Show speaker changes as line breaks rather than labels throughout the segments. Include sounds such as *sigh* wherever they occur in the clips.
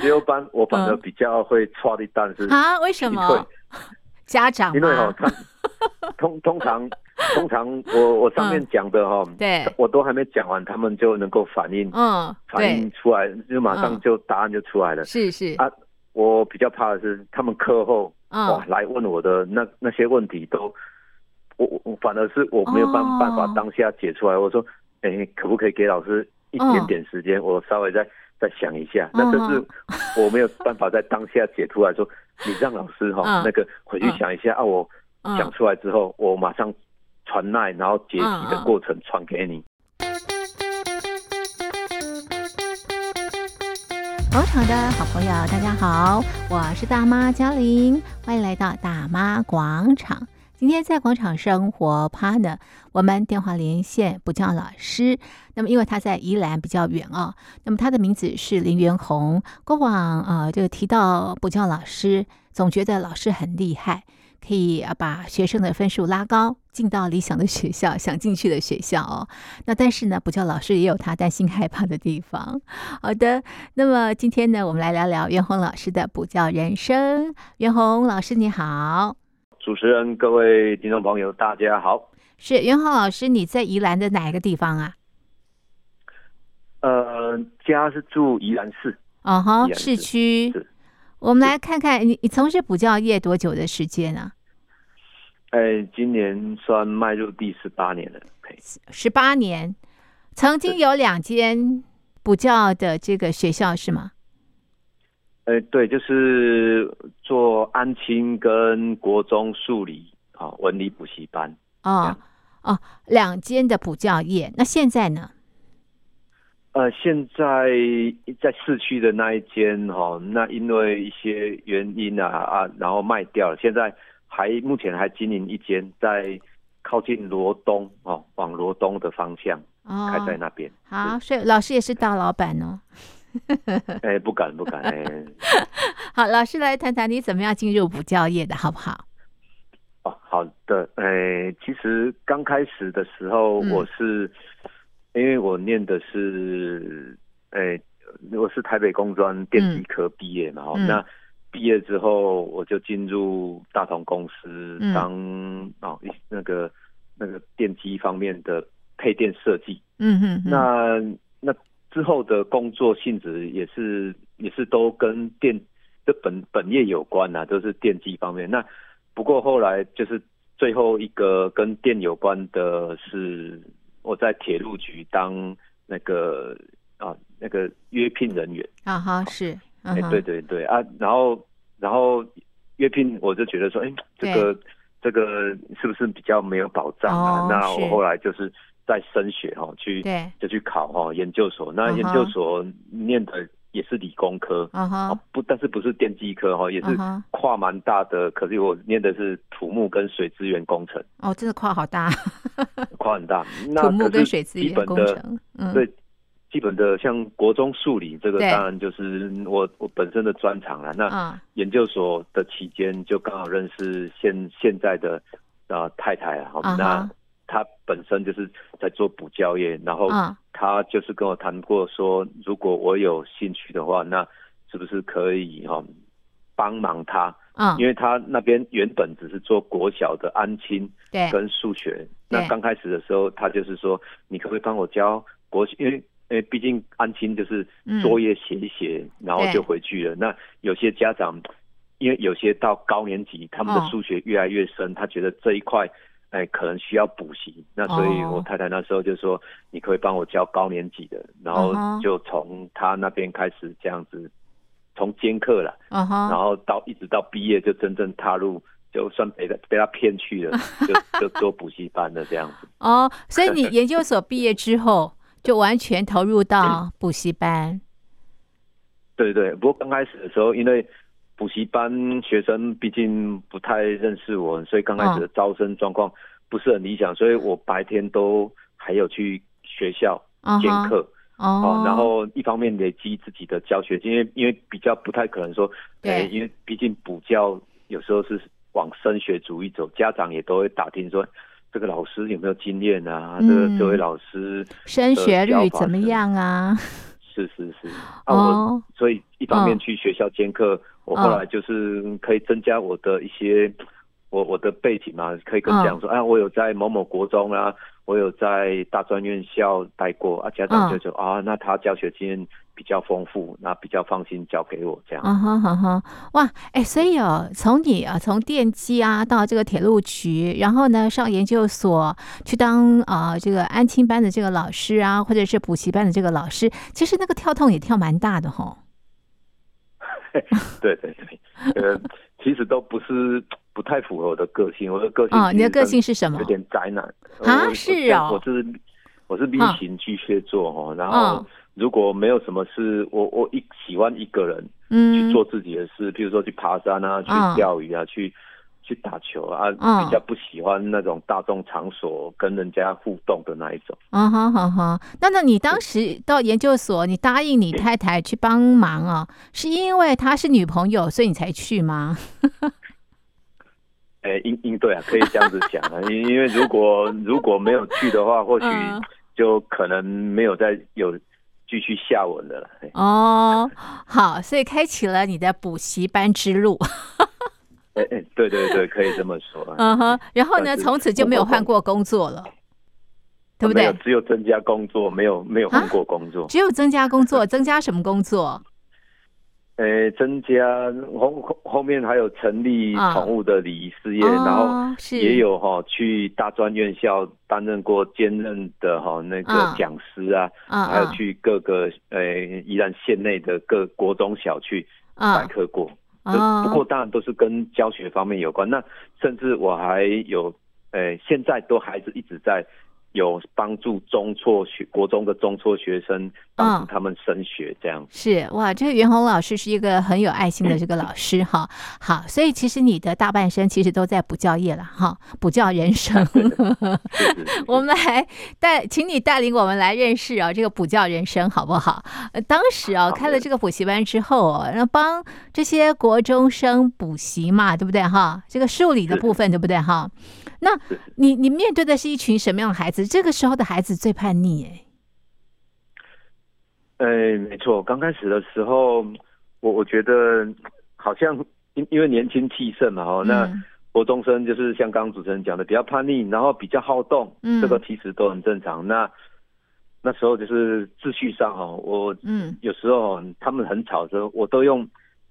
幼班，我反而比较会错的蛋是 *laughs*
啊？为什么？ *laughs* 家长
因为哈、
吗
哦，？
*laughs*
他通通常通常我我上面讲的哈、哦，
嗯对
我都还没讲完，他们就能够反应、
嗯，
反应
对，
出来，就马上
嗯
就答案就出来了。
是是，
啊，我比较怕的是他们课后、哇
嗯，
来问我的那那些问题都，我我我反而是我没有办
哦
办法当下解出来。我说，哎、可不可以给老师一点点时间，我稍微再再想一下？那这
哦嗯
是我没有办法在当下解出来说， *laughs* 你让老师哈、
嗯
那个回去
嗯
想一下、啊，我想
嗯，
出来之后，我马上传赖，然后解题
嗯
的
嗯
过程传给你。
广场的好朋友，大家好，我是大妈嘉玲，欢迎来到大妈广场。今天在广场生活趴呢，我们电话连线补教老师。那么，因为他在宜兰比较远哦，那么他的名字是林元红。过往呃，这个提到补教老师，总觉得老师很厉害，可以呃把学生的分数拉高，进到理想的学校，想进去的学校哦。那但是呢，补教老师也有他担心害怕的地方。呃好的，那么今天呢，我们来聊聊袁弘老师的补教人生。袁弘老师你好，
主持人，各位听众朋友，大家好。
是袁弘老师，你在宜兰的哪一个地方啊？
呃，家是住宜兰市，
哦
宜
吼，
兰是
市区
是。
我们来看看你，你从事补教业多久的时间呢、
哎，今年算迈入第十八年了。嘿
十八年，曾经有两间补教的这个学校是吗？
哎，对，就是做安亲跟国中数理啊、文理补习班。
哦哦，两间的补教业。那现在呢？
呃，现在在市区的那一间哈、哦，那因为一些原因啊啊，然后卖掉了。现在还目前还经营一间在靠近罗东哦，往罗东的方向
哦，
开在那边。
好，所以老师也是大老板哦。
哎，不敢不敢哎。
好，老师来谈谈你怎么样进入补教业的，好不好？
哦，好的，诶、其实刚开始的时候，
嗯
我是、因为我念的是，诶、我是台北工专电机科毕业嘛，哦
嗯
那毕业之后我就进入大同公司
嗯
当、哦一那个那个电机方面的配电设计，
嗯哼哼，
那那之后的工作性质也是也是都跟电的本本业有关啊，都是电机方面。那不过后来就是最后一个跟电有关的是我在铁路局当那个啊那个约聘人员，
啊哈是，
哎、
嗯哼
对对对啊，然后然后约聘我就觉得说，哎、这个这个是不是比较没有保障啊？
哦
那
是
我后来就是在升学哈、哦，去
对，
就去考哦研究所。那
嗯哼
研究所念的也是理工科
啊
啊
哈，
不，但是不是电机科哦哈，也是
嗯哼
跨蛮大的。可是我念的是土木跟水资源工
*laughs*
程，
哦，真的跨好大，
跨很大。那
土木
可
跟
是
水资
基
源
本
工
的
程，嗯，
对基本的像国中数理这个，
对
当然就是我我本身的专长了。那
啊，
研究所的期间就刚好认识现现在的呃太太啊，
啊哈
那她本身就是在做补教业，然后
啊，
他就是跟我谈过说，如果我有兴趣的话，那是不是可以哈、哦帮忙他？
嗯
因，为他那边原本只是做国小的安亲
对，
跟数学，
对
那刚开始的时候，他就是说，你可不可以帮我教国小？因为因为毕竟安亲就是
嗯
作业写一写，然后就回去了。那有些家长，因为有些到高年级，他们的
哦
数学越来越深，他觉得这一块，哎、可能需要补习。那所以
哦
我太太那时候就说，你可不可以帮我教高年级的，然后
嗯哼
就从他那边开始这样子，从兼课了。然
啊哈，
后到一直到毕业就真正踏入，就算被他被他骗去了，就就做补习班的这样子。
哦，所以你研究所毕业之后就完全投入
嗯
到补习班，
对对，不过刚开始的时候，因为补习班学生毕竟不太认识我，所以刚开始的招生状况不是很理想，所以我白天都还有去学校
啊
兼
哈，
课。
哦
哦，，然后一方面累积自己的教学经验，因为因为比较不太可能说，
对
呃因为毕竟补教有时候是往升学主义走，家长也都会打听说这个老师有没有经验啊，
嗯
这个这位老师
升学
的
率
教法
怎么
是
样啊？
是是是，啊，我
哦，
所以一方面
嗯
去学校兼课，我后来就是可以增加我的一些我我的背景嘛，可以跟家长说，哎，我有在某某国中啊，我有在大专院校待过啊，家长
嗯
就说啊，那他教学经验比较丰富，那比较放心交给我这样。
啊哈哈哈，哇，哎，所以哦，从你啊，从电机啊到这个铁路局，然后呢上研究所去当啊、呃这个安亲班的这个老师啊，或者是补习班的这个老师，其实那个跳动也跳蛮大的吼。
*laughs* 对对对，呃，其实都不是不太符合我的个性，我的个性
哦，你的个性
是
是什么
有？点宅男呃
啊
我
是哦
我是我是 B
嗯
型巨蟹座哦，然
嗯
后如果没有什么事，我我一喜欢一个人去
嗯，
做自己的事，譬如说去爬山啊，
嗯
去钓鱼啊，去。去打球啊，
嗯
比较不喜欢那种大众场所跟人家互动的那一种。
啊哈哈哈。那那你当时到研究所，你答应你太太去帮忙啊，是因为她是女朋友，所以你才去吗？
哎、应应对啊，可以这样子讲啊，因因为如果如果没有去的话，或许
嗯
就可能没有再有继续下文的了。嘿
哦，好，所以开启了你的补习班之路。
哎、哎，对对对，可以这么说啊，
嗯哼，然后呢，
但是
从此就没有换过工作了，对啊不
没有
对？
只有增加工作，没有没有换过工作。
只有增加工作，增加什么工作？
哎，增加后后后面还有成立
啊
宠物的礼仪事业，然后。
哦，是
也有哈、去大专院校担任过兼任的哈、那
啊
个讲师啊，
啊
还有
啊
去各个呃宜兰县内的各国中小去代
啊
课过，就
啊！
不过当然都是跟教学方面有关。那甚至我还有，呃，现在都还是一直在有帮助中辍学国中的中辍学生，
嗯
帮助他们升学这样。
是哇，这个袁弘老师是一个很有爱心的这个老师哈。好，所以其实你的大半生其实都在补教业了哈，补教
*laughs*
人生。 *laughs*
是 *laughs* 是
我们来带，请你带领我们来认识啊，这个补教人生好不好？呃，当时啊，
好的
开了这个补习班之后哦，那帮这些国中生补习嘛，对不对哈？这个数理的
是
部分，对不对哈？那
是
你你面对的是一群什么样的孩子？这个时候的孩子最叛逆哎，
呃，没错，刚开始的时候，我我觉得好像因因为年轻气盛嘛，哦，那
嗯
国中生就是像刚刚主持人讲的，比较叛逆，然后比较好动，
嗯
这个其实都很正常。那那时候就是秩序上哈，我
嗯
有时候哦他们很吵的时候，我都用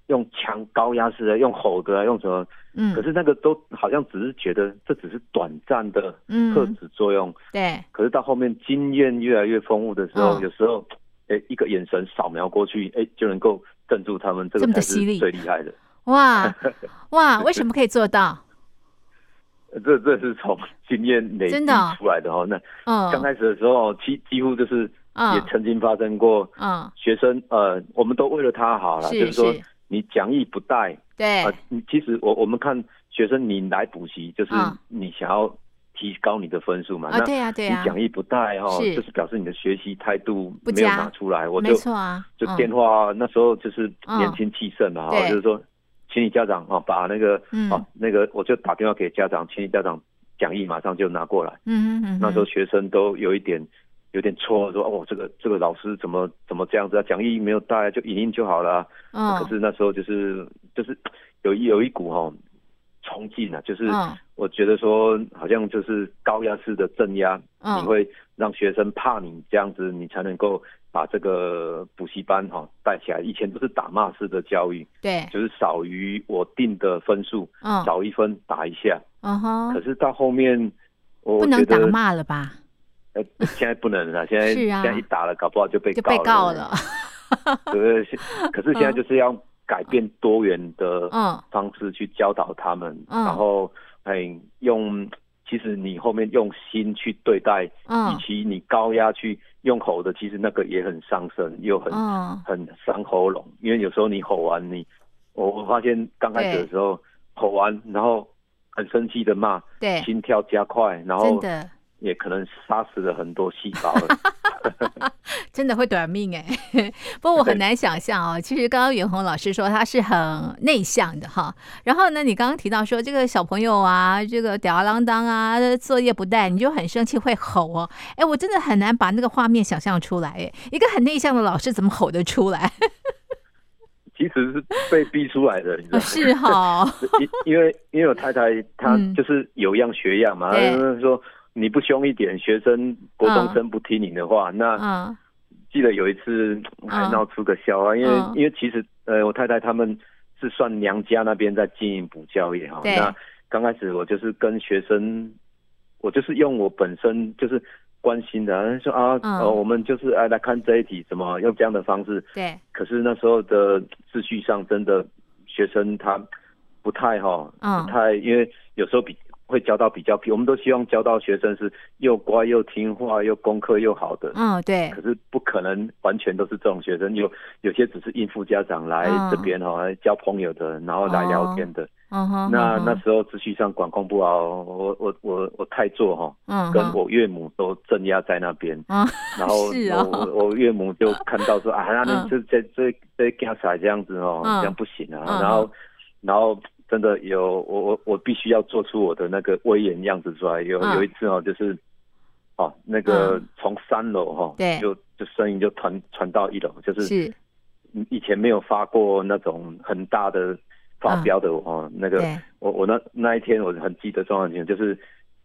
用强高压式的，用吼的啊，用什么？可
嗯
是那个都好像只是觉得这只是短暂的特
嗯，
质作用。
对，
可是到后面经验越来越丰富的时候，
嗯
有时候，哎、一个眼神扫描过去，哎、就能够镇住他们，这
这么
个才
的犀利
是最厉害的。 *laughs*
哇哇，为什么可以做到？
呃这这是从经验累积
真的哦
出来的哦。那
嗯，
刚开始的时候，几几乎就是
嗯
也曾经发生过
嗯
学生，呃，我们都为了他好了，
是
就是说
是
你讲义不带，
对
啊、你其实我我们看学生，你来补习就是
嗯
你想要提高你的分数嘛？
啊
那
对呀对
你
呀，
讲义不带哦，
是
就是表示你的学习态度
不
没有
佳
拿出来，我
没
就
错啊，
就
嗯
电话、那时候就是
嗯
年轻气盛嘛，哈、
对
就是说，请你家长哦，把那个
嗯
哦那个，我就打电话给家长，请你家长讲义马上就拿过来。
嗯嗯嗯，
那时候学生都有一点有点错，说哦，这个这个老师怎么怎么这样子啊？讲义没有带，就影印就好了啊、
嗯
可是那时候就是就是有一有一股哈、哦、冲劲啊，就是
嗯
我觉得说好像就是高压式的镇压，
嗯
你会让学生怕你这样子，你才能够把这个补习班哈、带起来。以前都是打骂式的教育，
对，
就是少于我定的分数，
嗯
少一分打一下。
嗯哼
可，是到后面，我
不能
觉
打
得
骂了吧？
呃，现在不能
*laughs*
了，现在
是啊
现在一打了，搞不好就被
就
告
被告
了
了。。
对，是可是现在就是要改变多元的
嗯
方式去教导他们，
嗯
然后哎用，其实你后面用心去对待
嗯
与其你高压去用吼的，其实那个也很伤身，又很、
嗯
很伤喉咙。因为有时候你吼完你，我我发现刚开始的时候吼完，然后很生气的骂，
对，
心跳加快，然
真
后
的 *laughs*
也可能杀死了很多细胞了。
真的会短命哎、 *laughs* 不过我很难想象哦。其实刚刚袁弘老师说他是很内向的哈，然后呢，你刚刚提到说这个小朋友啊，这个吊儿郎当啊，作业不带，你就很生气会吼哦。哎，我真的很难把那个画面想象出来哎，一个很内向的老师怎么吼得出来？ *laughs*
其实是被逼出来的，你知道吗？
是哦哈、
因
*laughs*
因为因为我太太她
嗯
就是有样学样嘛，她
对
就是说你不凶一点，学生国中生不听你的话，那
嗯
记得有一次还闹出个笑话，因为
嗯
因为其实呃我太太他们是算娘家那边在经营补教业哈，
对
那刚开始我就是跟学生，我就是用我本身就是。关心的，然后说啊，
嗯
呃，我们就是哎来看这一题，怎么用这样的方式，
对，
可是那时候的秩序上，真的学生他不太哈，
嗯
不太，因为有时候比会教到比较皮，我们都希望教到学生是又乖又听话又功课又好的。
嗯对
可，是不可能完全都是这种学生，有有些只是应付家长来
嗯
这边哈、来交朋友的，然后来聊天的。
嗯哼，
那
嗯
那
哼
时候秩序上管控不好，我我我我太座哈、
嗯
跟
哼
我岳母都镇压在那边，
啊
*laughs* 然后
是哦
我我我岳母就看到说啊，那
嗯
你这这这这干啥这样子哦，
嗯
这样不行啊
嗯，
然后然后真的有我我我必须要做出我的那个威严样子出来，有
嗯
有一次哦，就是哦那个
嗯
从三楼哈，
对
就就声音就传传到一楼，就是
是
以前没有发过那种很大的发
嗯
飙的哦，那个
对
我我那那一天我很记得状况很清楚，就是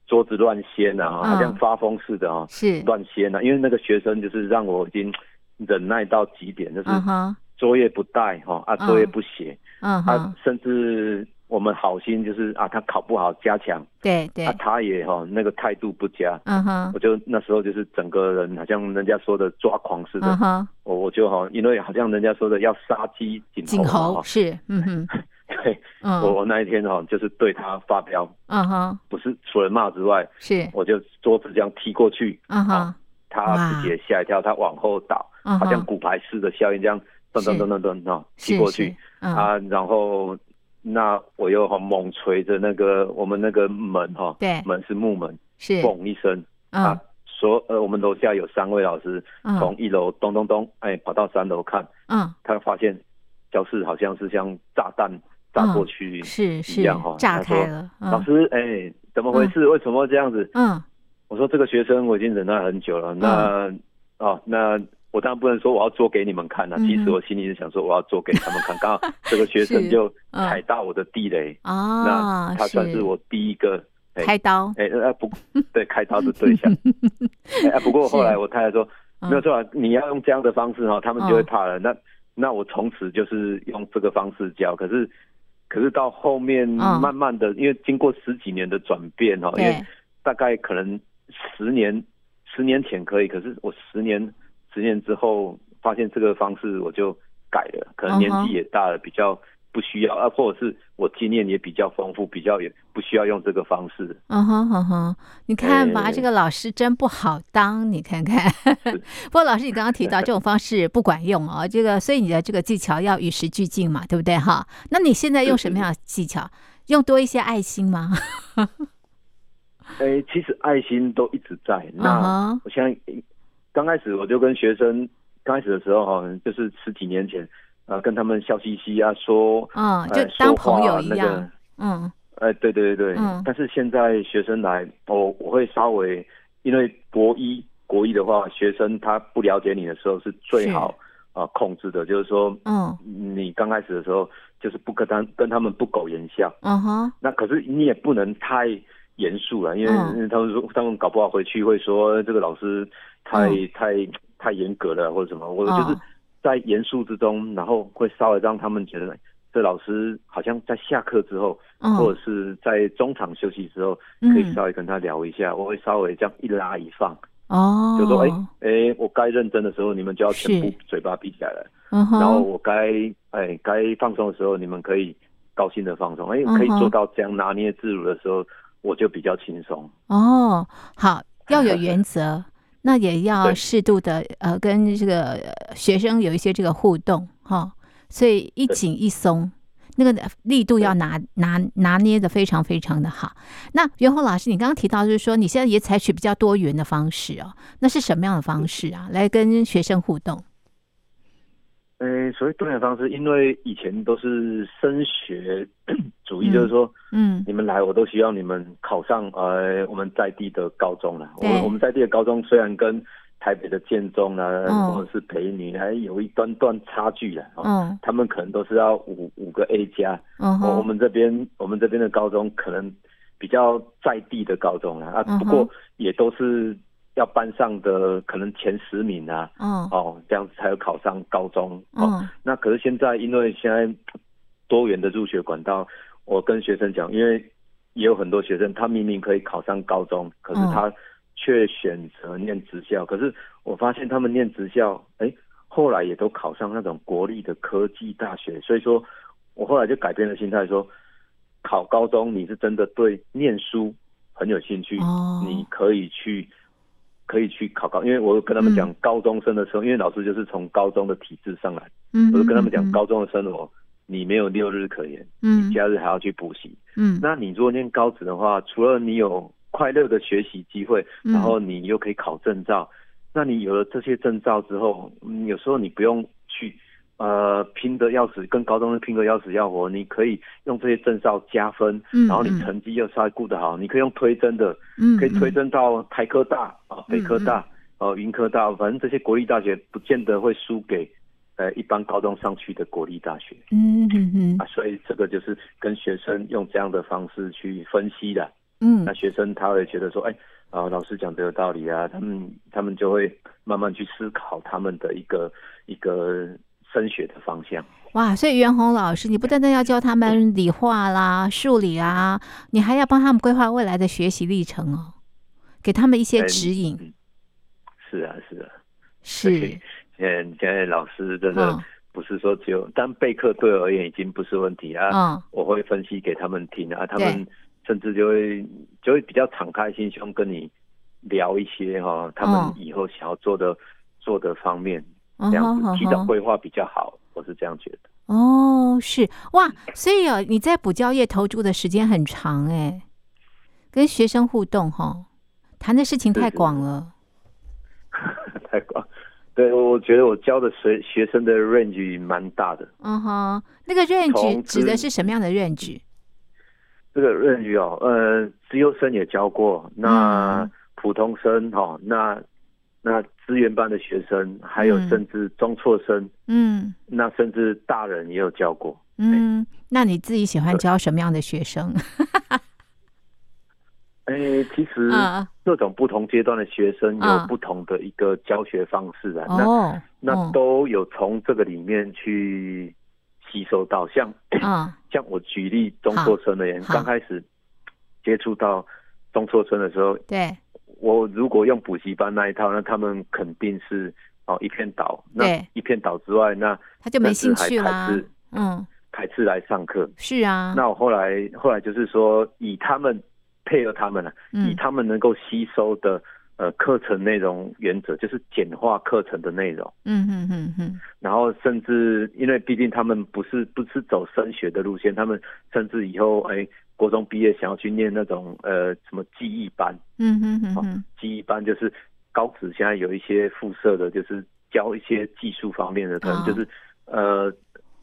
桌子乱掀啊，
嗯
好像发疯似的啊，
是，
乱掀啊，因为那个学生就是让我已经忍耐到极点，就是
嗯哼
作业不带哈啊，
嗯
作业不写、
嗯
啊
哼，，
甚至我们好心就是啊，他考不好加强，
对对
啊，，他也哈那个态度不佳。
嗯哼
我就那时候就是整个人好像人家说的抓狂似的，
嗯哼，
我我就哈，因为好像人家说的要杀鸡
颈
儆猴
猴
嘛，
是，嗯哼，
哈 *laughs* 对，我
嗯
我那一天哈就是对他发飙，
嗯哼
不是除了骂之外，
是，
我就桌子这样踢过去，
嗯哼
好他自己也吓一跳，他往后倒，
嗯
好像
哼，
骨牌式的效应这样噔噔噔噔噔啊踢
是
过
是
去，
嗯
啊，然后那我又哈猛捶着那个我们那个门哈，
对
门是木门，
是，
嘣一声啊
嗯，
所呃我们楼下有三位老师
嗯
从一楼咚咚咚哎跑到三楼看，
嗯
他发现教室好像是像炸弹炸过去，
是是
一样哈他
炸
说
开了，
老
嗯
师哎怎么回事？为什么会这样子？
嗯
我说这个学生我已经忍耐很久了，那、哦，那我当然不能说我要做给你们看了、啊
嗯
其实我心里是想说我要做给他们
*laughs*
看，刚好这个学
是
生就
嗯
踩到我的地雷，
啊
那，他算是我第一个哎
开刀，
哎、呃不对开刀的对
*laughs*
象。哎、啊不过后来我太太说
嗯
没有错啊，你要用这样的方式哈，他们就会
嗯
怕了。那那我从此就是用这个方式教，可是。可是到后面
嗯
慢慢的，因为经过十几年的转变哈，因为
对，
大概可能十年，十年前可以，可是我十年十年之后发现这个方式我就改了，可能年
嗯哼
纪也大了，比较不需要啊，或者是我经验也比较丰富，比较也不需要用这个方式。
嗯哼哼哼，你看吧，
哎
这个老师真不好当，你看看。 *laughs* 不过老师，你刚刚提到这种方式不管用哦，这个所以你的这个技巧要与时俱进嘛，对不对哈？那你现在用
是
什么样的技巧？用多一些爱心吗？
哎、其实爱心都一直在。
嗯
那
哼，
我现在刚开始我就跟学生刚开始的时候哈，就是十几年前啊、呃跟他们笑嘻嘻啊说，
嗯，就
呃
当
说
朋友
话
一
那个
样。嗯
哎，对对对对，
嗯
但是现在学生来，我我会稍微，因为国一国一的话，学生他不了解你的时候是最好啊、呃控制的，就是说
嗯
你刚开始的时候就是不跟他跟他们不苟言笑，
嗯哼，
那可是你也不能太严肃了，因为
嗯
因为他们说他们搞不好回去会说哎这个老师太、
嗯
太太严格了或者什么，我
哦
就是在严肃之中，然后会稍微让他们觉得这老师好像在下课之后。或
嗯
者是在中场休息之后，可以
嗯
稍微跟他聊一下，我会稍微这样一拉一放，
哦，
就说，哎、哎、我该认真的时候，你们就要全部
是
嘴巴闭起来了，
嗯
然后
哼，
我该哎、该放松的时候，你们可以高兴的放松，哎、
嗯哼
可以做到这样拿捏自如的时候，我就比较轻松。
哦，好，要有原则，那也要
对
适度的呃，跟这个呃学生有一些这个互动哈、所以一
对
紧一松。那个力度要拿拿拿捏的非常非常的好。那袁宏老师，你刚刚提到就是说，你现在也采取比较多元的方式哦，那是什么样的方式啊？来跟学生互动？
呃，所谓多元方式，因为以前都是升学 *coughs* 主义，就是说，
嗯
你们来，我都希望你们考上呃我们在地的高中啦。我
对
们我们在地的高中虽然跟台北的建中啊，
嗯
或者是北女还有一段段差距啦。哦
嗯
他们可能都是要五五个 A 加，
嗯
我
哼
哦我们这边我们这边的高中可能比较在地的高中啦，啊，
嗯哼
不过也都是要班上的可能前十名啊，
嗯
哦，这样子才有考上高中哦。
嗯
那可是现在因为现在多元的入学管道，我跟学生讲，因为也有很多学生他明明可以考上高中，可是
嗯
他却选择念职校。可是我发现他们念职校，哎，后来也都考上那种国立的科技大学。所以说我后来就改变了心态说，考高中你是真的对念书很有兴趣，
哦
你可以去。可以去考高，因为我跟他们讲
嗯，
高中生的时候，因为老师就是从高中的体制上来，
嗯，
我就跟他们讲，
嗯
高中的生活你没有六日可言，
嗯
假日还要去补习。
嗯
那你如果念高职的话，除了你有快乐的学习机会，
嗯
然后你又可以考证照，那你有了这些证照之后，嗯有时候你不用去呃拼得要死，跟高中生拼得要死要活，你可以用这些证照加分，
嗯
然后
嗯
你成绩又稍微顾得好，你可以用推甄的，
嗯
可以推
嗯
甄到台科大啊、北科大、呃云科大，反正这些国立大学不见得会输给呃一般高中上去的国立大学
嗯嗯嗯
啊，所以这个就是跟学生用这样的方式去分析的。
嗯
那学生他会觉得说，哎，啊、老师讲的有道理啊，他们他们就会慢慢去思考他们的一个一个升学的方向。
哇！所以袁弘老师，你不单单要教他们理化啦、数理啊，你还要帮他们规划未来的学习历程哦，给他们一些
嗯
指引。
嗯是啊，是啊，
是，
嗯，现在老师真的
嗯
不是说只有，但备课对我而言已经不是问题啊。
嗯
我会分析给他们听啊，他
对
们甚至就会就会比较敞开心胸跟你聊一些哈、他
哦
们以后想要做的、做的方面，
嗯
这样
哼
子
嗯
提早
哼
规划比较好，我是这样觉得。
哦，是哇，所以哦，你在补教业投注的时间很长哎，跟学生互动哈、谈的事情
是
太
是是
广了。
太广， *laughs* 对我觉得我教的学学生的 range 蛮大的，
嗯哼，那个 range
从
指的
之
是什么样的 range？
这个 range 哦，呃，资优生也教过，那
嗯
普通生哈、哦，那那资源班的学生，还有
嗯
甚至中辍生，
嗯
那甚至大人也有教过。
嗯，那你自己喜欢教什么样的学生？ *laughs*
诶，哎其实
啊
各种不同阶段的学生
啊
有不同的一个教学方式啊，
哦，
那那
嗯
都有从这个里面去吸收到。像、 *laughs*
啊，
*coughs* 像我举例中辍生而言，
好好
刚开始接触到中辍生的时候，
对
我如果用补习班那一套，那他们肯定是哦一片倒。那
对
一片倒之外，那
他就没
但是
兴
还
趣
排
啦
斥。
嗯，
排斥来上课。
是啊，
那我后来后来就是说，以他们配合他们了、以
嗯
他们能够吸收的呃课程内容原则，就是简化课程的内容，
嗯嗯嗯嗯，
然后甚至因为毕竟他们不是不是走升学的路线，他们甚至以后哎国中毕业想要去念那种呃什么记忆班，
嗯嗯
哦
嗯嗯，
记忆班就是高职现在有一些附设的，就是教一些技术方面的，可
啊
能就是、呃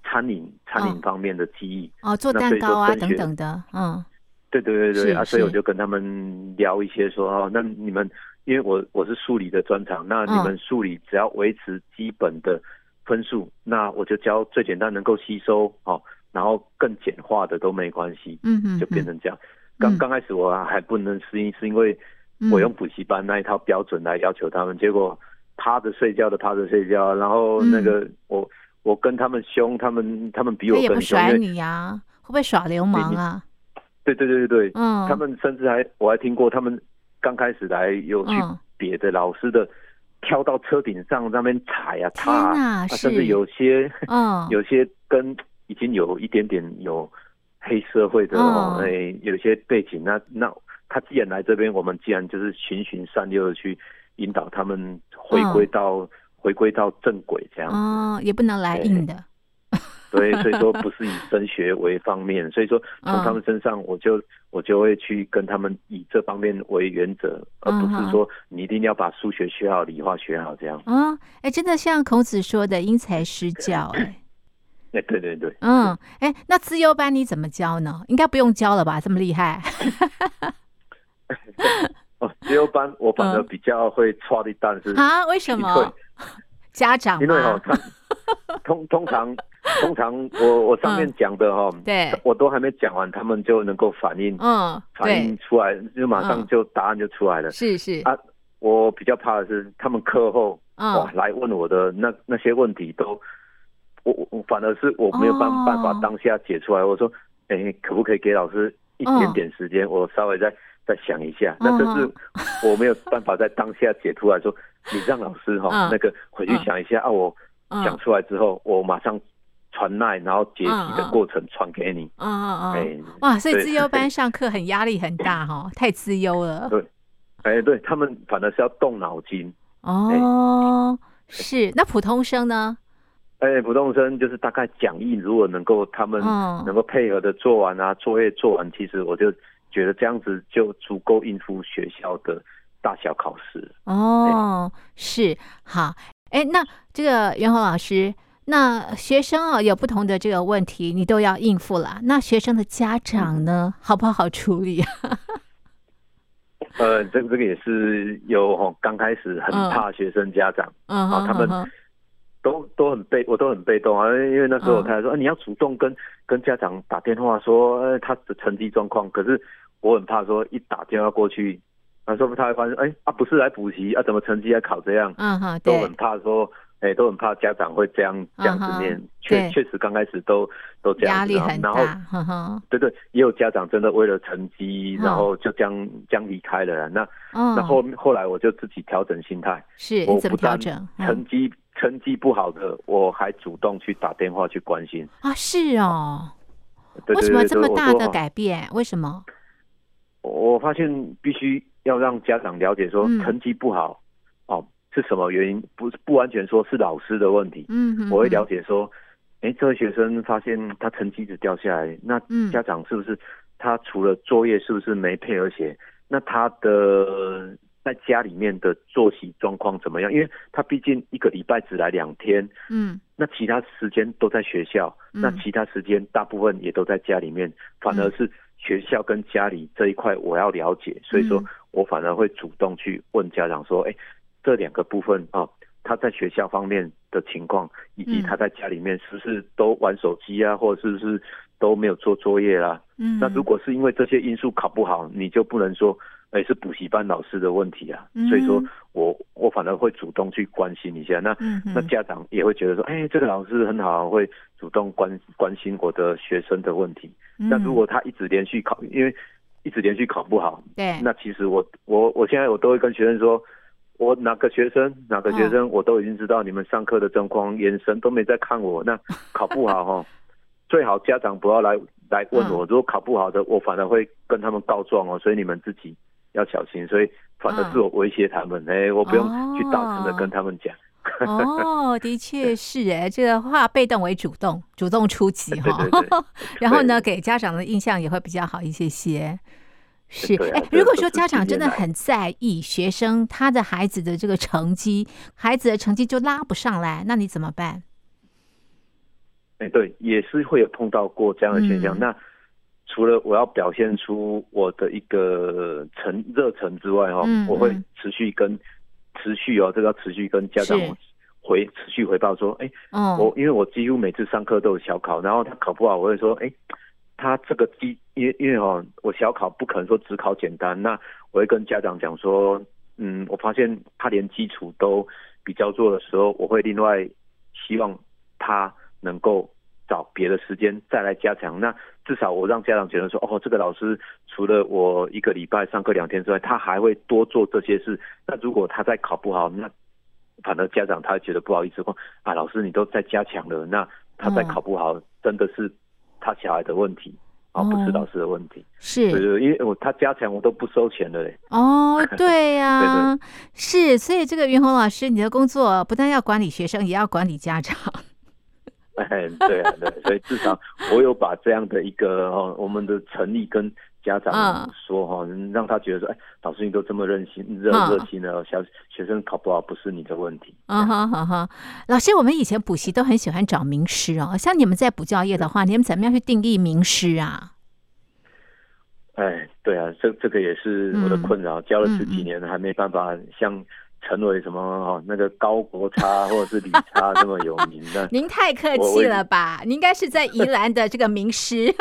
餐饮餐饮
哦
方面的记忆。
哦，做
那
蛋
所以说
糕啊
升
等
学
等的，嗯
对对对对
是
啊，所以
是
我就跟他们聊一些说哦，那你们因为我我是数理的专
嗯
长，那你们数理只要维持基本的分数，那我就教最简单能够吸收哦，然后更简化的都没关系，
嗯嗯，
就变
嗯
成这样。
嗯
刚刚开始我还不能适应，是因为我
嗯
用补习班那一套标准来要求他们，结果趴着睡觉的趴着睡觉，然后那个我我跟他们凶，他们他们比
嗯他
我
也不
更凶，因
甩
为
你呀，会不会耍流氓
你
啊？
对对对对对，
嗯，
他们甚至还我还听过，他们刚开始来有去
嗯
别的老师的，跳到车顶上那边踩啊踏
天
啊，
哪，
啊
是
甚至有些、 *laughs*
嗯
有些跟已经有一点点有黑社会的哦，
嗯
诶、有一些背景，那那他既然来这边，我们既然就是循循善诱的去引导他们
嗯
回归到、回归到正轨这样。
哦，也不能来
对
硬的，
所以
*laughs*
所以说不是以升学为方面，所以说从
嗯
他们身上我就我就会去跟他们以这方面为原则，而
嗯
不是说你一定要把数学学好、理化学好这样。
啊，哎，真的像孔子说的“因材施教”，
*laughs*
哎，
哎，对对对，
嗯，哎，那资优班你怎么教呢？应该不用教了吧？这么厉害，
哦，自由班我反而比较会抓的，但是
啊？为什
对
么？家长
因为哈、
吗
哦？，通通常通常我我上面讲的哈、
嗯对，
我都还没讲完，他们就能够反应、
嗯，
反
对
应，出来，就马上
嗯
就答案就出来了。
是是，
啊，哦我比较怕的是他们课后、哇
嗯，
来问我的那那些问题都，我我我反而是我没有办
哦
办法当下解出来。我说，哎、可不可以给老师一
嗯
点点时间，我稍微再再想一下？那
嗯
这是我没有办法在当下解出来
*laughs*
说，你让老师哈、
嗯
那个回去
嗯
想一下、啊，我
嗯，
讲出来之后，我马上传赖，然后解题
嗯
的
嗯
过程传给你。
嗯嗯
哎、
嗯，哇，所以
对
资优班上课很压力很大哦，太资优了。
对哎、对他们反而是要动脑筋。
哦，是。那普通生呢？
哎，普通生就是大概讲义，如果能够他们
嗯
能够配合的做完啊，作业做完，其实我就觉得这样子就足够应付学校的大小考试。
哦，是好。哎，那这个袁宏老师，那学生啊、有不同的这个问题，你都要应付了。那学生的家长
嗯
呢，好不好处理
*laughs*
啊？
呃，这个这个也是有哦，刚开始很
嗯
怕学生家长、
嗯
好他们
哼
都都很被我都很被动啊，因为那时候
嗯
他还说、啊你要主动跟跟家长打电话说、呃、他的成绩状况，可是我很怕说一打电话过去，啊，说不定他会发现哎啊不是来补习啊，怎么成绩还考这样？
嗯哼，
都
对
很，怕说，哎、都很怕家长会这样这样
嗯哼
子念，
对
确确实刚开始都都这
压
样子
力
啊，
很
然后
大。嗯哼哼，
对对，也有家长真的为了成绩，
嗯
然后就将将离开了啦。啊那
嗯，
那后后来我就自己调整心态，
是
我
你怎么
不
调
但
整？嗯
成绩成绩不好的，我还主动去打电话去关心。
啊，是哦，
对
为
对
什么
对
这
对，
么
我
大
说
的
哦
改变？为什么？
我发现必须要让家长了解说
嗯
成绩不好、哦是什么原因，不不完全说是老师的问题，
嗯哼，
我会
嗯
了解说，哎、这位学生发现他成绩一直掉下来，那
嗯
家长是不是他除了作业是不是没配合写？那他的在家里面的作息状况怎么样？因为他毕竟一个礼拜只来两天，
嗯
那其他时间都在学校，
嗯
那其他时间大部分也都在家里面，反而是学校跟家里这一块我要了解，所以说
嗯
我反而会主动去问家长说，哎、这两个部分啊，他在学校方面的情况，以及
嗯
他在家里面是不是都玩手机啊，或者是不是都没有做作业啊？
嗯，
那如果是因为这些因素考不好，你就不能说。哎，是补习班老师的问题啊，所以说
嗯
我我反而会主动去关心一下。那
嗯哼
那家长也会觉得说，哎、这个老师很好，会主动关关心我的学生的问题。那如
嗯
果他一直连续考，因为一直连续考不好，
对，
那其实我我我现在我都会跟学生说，我哪个学生哪个
嗯
学生我都已经知道你们上课的状况，眼神都没在看我。那 *laughs* 考不好哈，最好家长不要来来问
嗯
我，如果考不好的，我反而会跟他们告状哦，所以你们自己要小心。所以反
嗯
而是我威胁他们，哎、我不用去大声的跟他们讲。 *laughs*
哦，的确是哎，这个化被动为主动，主动出 *laughs* 击
对
哈
对。对
然后呢，
对
给家长的印象也会比较好一些些。是，
对啊
哎、
这
如果
这
说
是
家长
经验
真的
来
很在意学生他的孩子的这个成绩，孩子的成绩就拉不上来，那你怎么办？
哎、对，也是会有碰到过这样的现象。
嗯
那除了我要表现出我的一个诚热忱之外，哈、
嗯
我会
嗯
持续跟持续哦，这个要持续跟家长
是
回持续回报说，哎、
哦，
我因为我几乎每次上课都有小考，然后他考不好，我会说，哎、他这个基，因为因为哦，我小考不可能说只考简单，那我会跟家长讲说，嗯，我发现他连基础都比较弱的时候，我会另外希望他能够找别的时间再来加强。那至少我让家长觉得说，哦，这个老师除了我一个礼拜上课两天之外，他还会多做这些事。那如果他再考不好，那反而家长他会觉得不好意思，说啊，老师你都在加强了，那他再
嗯
考不好，真的是他小孩的问题。啊，不是老师的问题，对
是
对，因为我他加强我都不收钱的嘞， *laughs*
哦，对呀、
对
是，所以这个云红老师，你的工作不但要管理学生，也要管理家长。
*laughs* 哎，对啊，对，所以至少我有把这样的一个哦，我们的诚意跟家
嗯
长说哈、哦，让他觉得说，哎，老师你都这么任性、热
嗯
热心了，小学生考不好不是你的问题。
啊哈哈哈！老师，我们以前补习都很喜欢找名师哦，像你们在补教业的 *laughs* 话，你们怎么样去定义名师啊？
哎，对啊，这这个也是我的困
嗯
扰，教了十几年还没办法像成为什么哦那个高国
*laughs*
差或者是李差这么有名那
您太客
我
气了吧？您应该是在宜兰的这个名师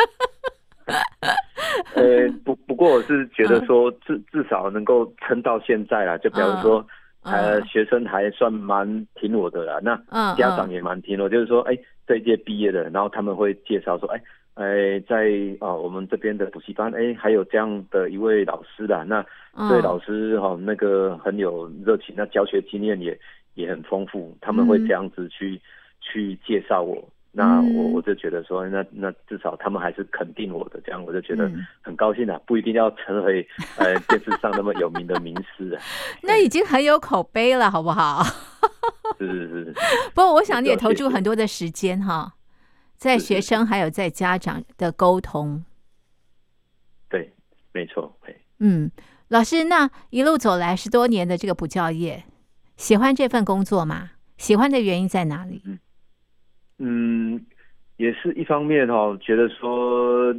呃，不不过我是觉得说至至少能够撑到现在啦，就比方说。
嗯
呃，
嗯
学生还算蛮听我的啦，那
*laughs* 嗯
家长也蛮听我，就是说，哎，这一届毕业的，然后他们会介绍说，哎，哎，在啊、我们这边的补习班，哎，还有这样的一位老师啦，那
嗯
这位老师哈、哦，那个很有热情，那教学经验也也很丰富，他们会
嗯
这样子去、去介绍我。那我
嗯
我就觉得说，那那至少他们还是肯定我的，这样我就觉得
嗯
很高兴啊，不一定要成为呃电视上那么有名的名师啊，
*laughs* 那已经很有口碑了，好不好？ *laughs*
是是是，
不过我想你也投
谢
注
谢
很多的时间哈，在
是是
学生还有在家长的沟通。
对，没错，嘿
嗯，老师，那一路走来十多年的这个补教业，喜欢这份工作吗？喜欢的原因在哪里？
嗯，也是一方面哦，觉得说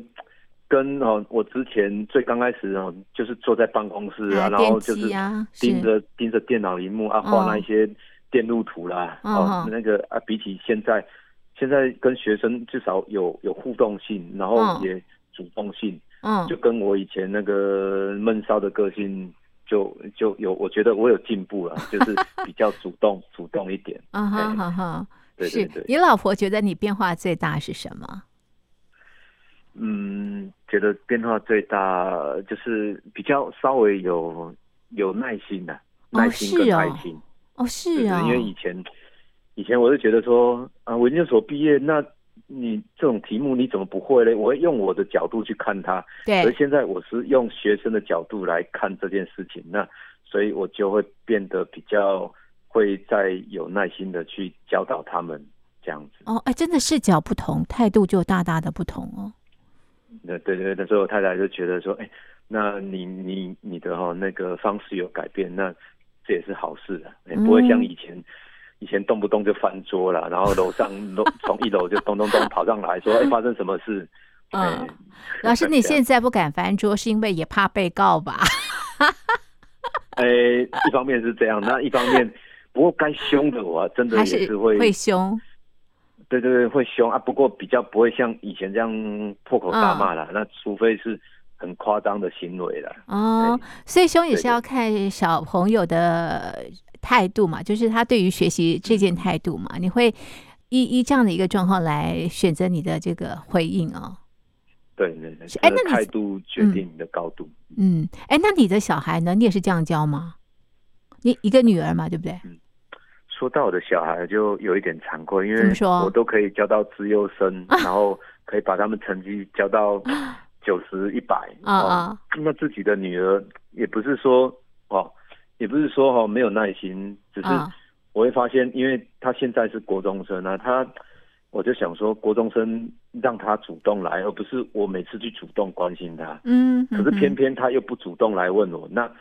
跟哦，我之前最刚开始哦，就是坐在办公室啊，
啊
然后
电
就是
机啊，是
盯着盯着电脑荧幕啊，
嗯
画那一些电路图啦，
嗯
哦
嗯，
那个啊，比起现在，现在跟学生至少有有互动性，然后
嗯
也主动性，
嗯
就跟我以前那个闷骚的个性。就就有，我觉得我有进步了，就是比较主动主动一点。
啊哈
哎
哈哈，
对对
是
对
你老婆觉得你变化最大是什么？
嗯，觉得变化最大就是比较稍微有有耐心的、耐心跟
是哦
爱心，
哦，
就是
哦，
因为以前以前我是觉得说啊，我研究所毕业，那你这种题目你怎么不会嘞？我会用我的角度去看它，而
对，
现在我是用学生的角度来看这件事情，那所以我就会变得比较会再有耐心的去教导他们这样子。
哦，哎，真的视角不同，态度就大大的不同
*laughs*
哦。
那对对，那时候我太太就觉得说，哎，那你你你的哈、那个方式有改变，那这也是好事的，哎
嗯
不会像以前。以前动不动就翻桌了，然后楼上楼从一楼就咚咚咚跑上来说：“哎，发生什么事？”哎
*laughs* 嗯，老师，
*laughs*
你
这样
现在不敢翻桌，是因为也怕被告吧？
哎，一方面是这样，那一方面，不过该凶的我、啊真的
*laughs* 还
也
是
是会，
凶？
对对对，会凶啊。不过比较不会像以前这样破口大
嗯
骂了，那除非是很夸张的行为哎了。
哦，所以凶也
对
是
对
要看小朋友的态度嘛，就是他对于学习这
嗯
件态度嘛，你会依依这样的一个状况来选择你的这个回应哦。
对对对，这
哎
个
那你
态度决定你的高度。
嗯，哎，那你的小孩呢？你也是这样教吗？你一个女儿嘛，对不对？
说到我的小孩就有一点惭愧，因
怎么
为
说
我都可以教到资优
*laughs*
生，然后可以把他们成绩教到九十一百哦
啊啊，
那自己的女儿也不是说哦，也不是说哦没有耐心，只是
啊
我会发现，因为她现在是国中生啊，她我就想说国中生让她主动来，而不是我每次去主动关心她。
嗯，
可是偏
嗯
偏他又不主动来问我，那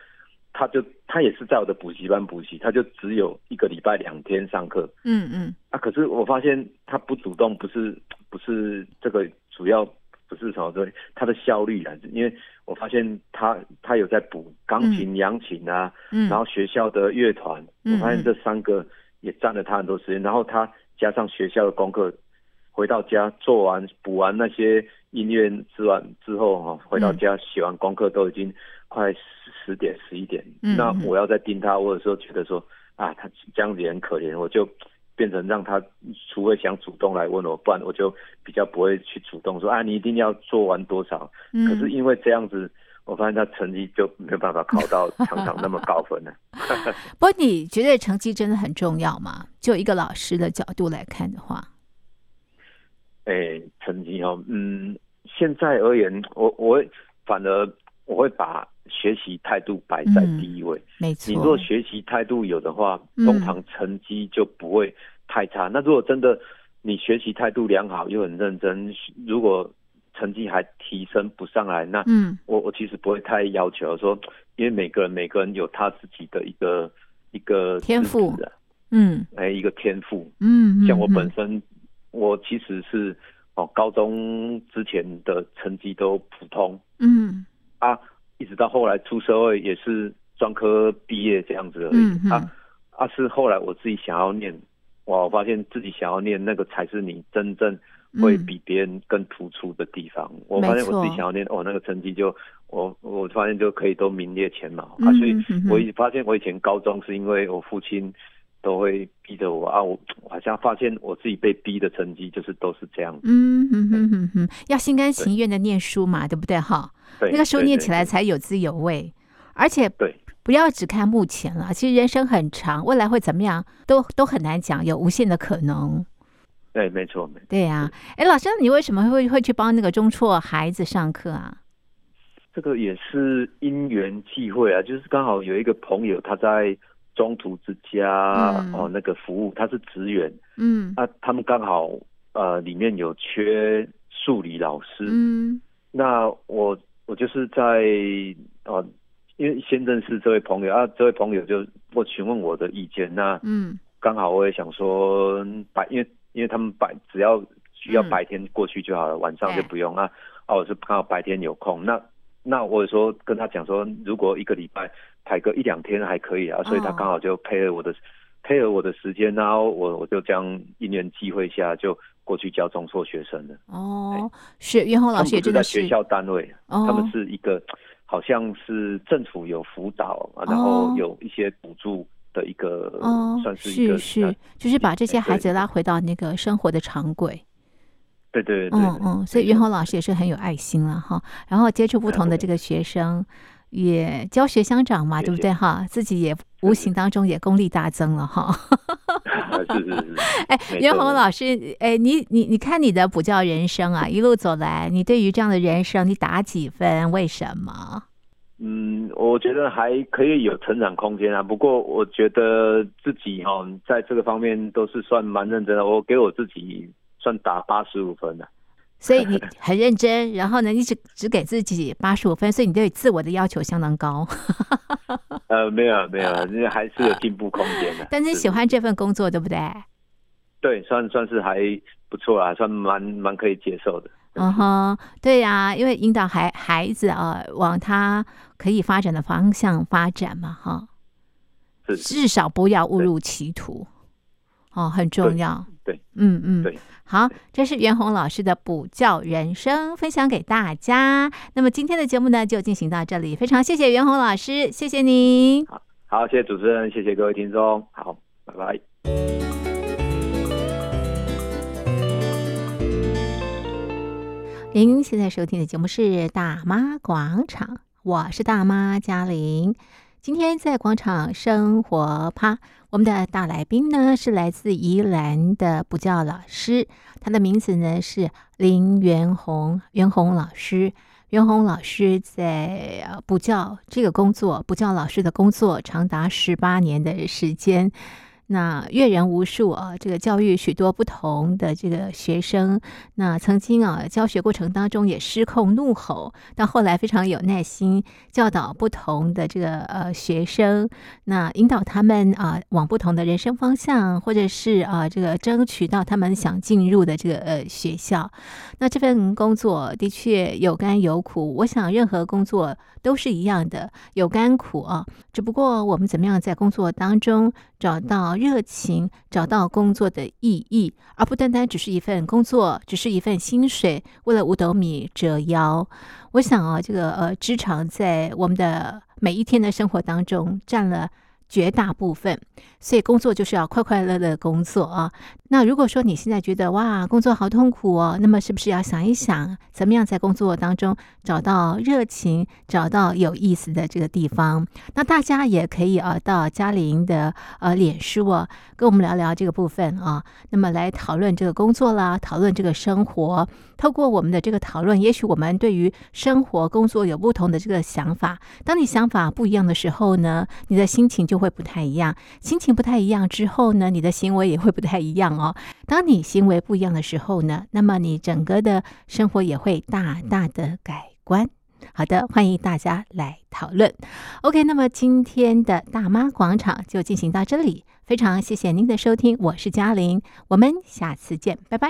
他就他也是在我的补习班补习，他就只有一个礼拜两天上课
嗯嗯
啊。可是我发现他不主动，不是不是这个主要不是什么对他的效率啊，因为我发现他他有在补钢琴、扬琴啊，
嗯，
然后学校的乐团，
嗯
我发现这三个也占了他很多时间，然后他加上学校的功课。回到家做完补完那些音乐之完之后哈、哦回到家写完功课都已经快十点十一点，
嗯
那
嗯
我要再盯他，我有时候觉得说啊，他这样子也很可怜，我就变成让他除非想主动来问我，不然我就比较不会去主动说啊，你一定要做完多少。
嗯
可是因为这样子，我发现他成绩就没有办法考到常常那么高分
*laughs*
了。
不过你觉得成绩真的很重要吗？就一个老师的角度来看的话，
诶、成绩哦，嗯，现在而言，我我会反而我会把学习态度摆在
嗯
第一位。
没
你若
错，
学习态度有的话
嗯，
通常成绩就不会太差。那如果真的你学习态度良好又很认真，如果成绩还提升不上来，那
嗯
我我其实不会太要求说，因为每个人每个人有他自己的一个一个
天赋
资质啊
嗯
哎，一个天赋。
嗯，
像我本
嗯
身，我其实是哦，高中之前的成绩都普通
嗯
啊，一直到后来出社会也是专科毕业这样子而
嗯
已
嗯
啊啊，是后来我自己想要念，哇，我发现自己想要念那个才是你真正
嗯
会比别人更突出的地方。我发现我自己想要念，哦，那个成绩就我我发现就可以都名列前茅、啊，
嗯
所以
嗯嗯
我一发现我以前高中是因为我父亲都会逼着我啊，我我好像发现我自己被逼的成绩就是都是这样，
嗯嗯嗯嗯嗯，要心甘情愿的念书嘛，对不对哈？
对，
那个时候
对
念
对
起来
对
才有滋有味，而且
对
不要只看目前了，其实人生很长，未来会怎么样都都很难讲，有无限的可能。
对，没错没错。
对呀、哎，老师，你为什么会会去帮那个中辍孩子上课啊？
这个也是因缘际会啊，就是刚好有一个朋友他在中途之家、
嗯
哦那个服务，他是职员，
嗯
啊，他们刚好呃里面有缺数理老师，
嗯
那我我就是在呃，因为先认识这位朋友啊，这位朋友就我询问我的意见，那
嗯
刚好我也想说嗯白，因为因为他们白只要需要
嗯
白天过去就好了，晚上就
对
不用啊。啊，我是刚好白天有空，那那我说跟他讲说，如果一个礼拜排个一两天还可以啊，所以他
哦
刚好就配合我的、配合我的时间，然后我我就这样因缘际会下就过去教中辍学生了。
哦，是袁宏
他
老
们
师也
不
真
是
的
在
是
学校单位，
哦，
他们是一个好像是政府有辅导，啊然
哦
后有一些补助的一个，
哦，
算是一
是
个
是，就是把这些
哎
孩
对
子拉回到那个生活的常轨。
对对对对，
嗯嗯，所以
没
袁
错嗯
宏老师也是很有爱心了哈。然后接触不同的这个学生，也教学相长嘛，
谢
对不
谢
对哈？自己也无形当中也功力大增了哈。
*laughs* 是是是，
哎，
没
袁
错
宏老师，哎，你你你看你的补教人生啊，一路走来，你对于这样的人生，你打几分？为什么？
嗯，我觉得还可以有成长空间啊。不过我觉得自己哈、哦，在这个方面都是算蛮认真的，我给我自己算打八十五分的、啊
所
*laughs*
以你很认真，然后呢，你只只给自己八十五分，所以你对自我的要求相当高。。
呃，没有没有，因为还是有进步空间的
*laughs* 但是
是
你喜欢这份工作，对不对？
对，算算是还不错啊，算蛮蛮可以接受的。
嗯哼，对呀、因为引导孩孩子啊、往他可以发展的方向发展嘛，哈，
是是
至少不要误
对
入歧途，哦，很重
对
要。
对，
嗯嗯
对，
好，这是袁弘老师的补教人生分享给大家。那么今天的节目呢，就进行到这里，非常谢谢袁弘老师，谢谢您。
好，谢谢主持人，谢谢各位听众，好，拜拜。
您现在收听的节目是《大妈广场》，我是大妈嘉玲。今天在广场生活趴，我们的大来宾呢是来自宜兰的补教老师，他的名字呢是林元红，元红老师。袁弘老师在呃补教这个工作，补教老师的工作长达十八年的时间，那阅人无数啊，这个教育许多不同的这个学生。那曾经啊，教学过程当中也失控怒吼，到后来非常有耐心教导不同的这个呃学生，那引导他们啊、往不同的人生方向，或者是啊、这个争取到他们想进入的这个呃学校。那这份工作的确有甘有苦，我想任何工作都是一样的，有甘苦啊。只不过我们怎么样在工作当中找到热情，找到工作的意义，而不单单只是一份工作，只是一份薪水，为了五斗米折腰。我想啊，这个呃，职场在我们的每一天的生活当中占了。绝大部分，所以工作就是要快快乐乐地工作啊。那如果说你现在觉得哇，工作好痛苦哦，那么是不是要想一想，怎么样在工作当中找到热情，找到有意思的这个地方？那大家也可以啊，到嘉玲的呃脸书啊，跟我们聊聊这个部分啊，那么来讨论这个工作啦，讨论这个生活。透过我们的这个讨论，也许我们对于生活、工作有不同的这个想法。当你想法不一样的时候呢，你的心情就会不太一样。心情不太一样之后呢，你的行为也会不太一样哦。当你行为不一样的时候呢，那么你整个的生活也会大大的改观。好的，欢迎大家来讨论。OK，那么今天的大妈广场就进行到这里，非常谢谢您的收听，我是嘉玲，我们下次见，拜拜。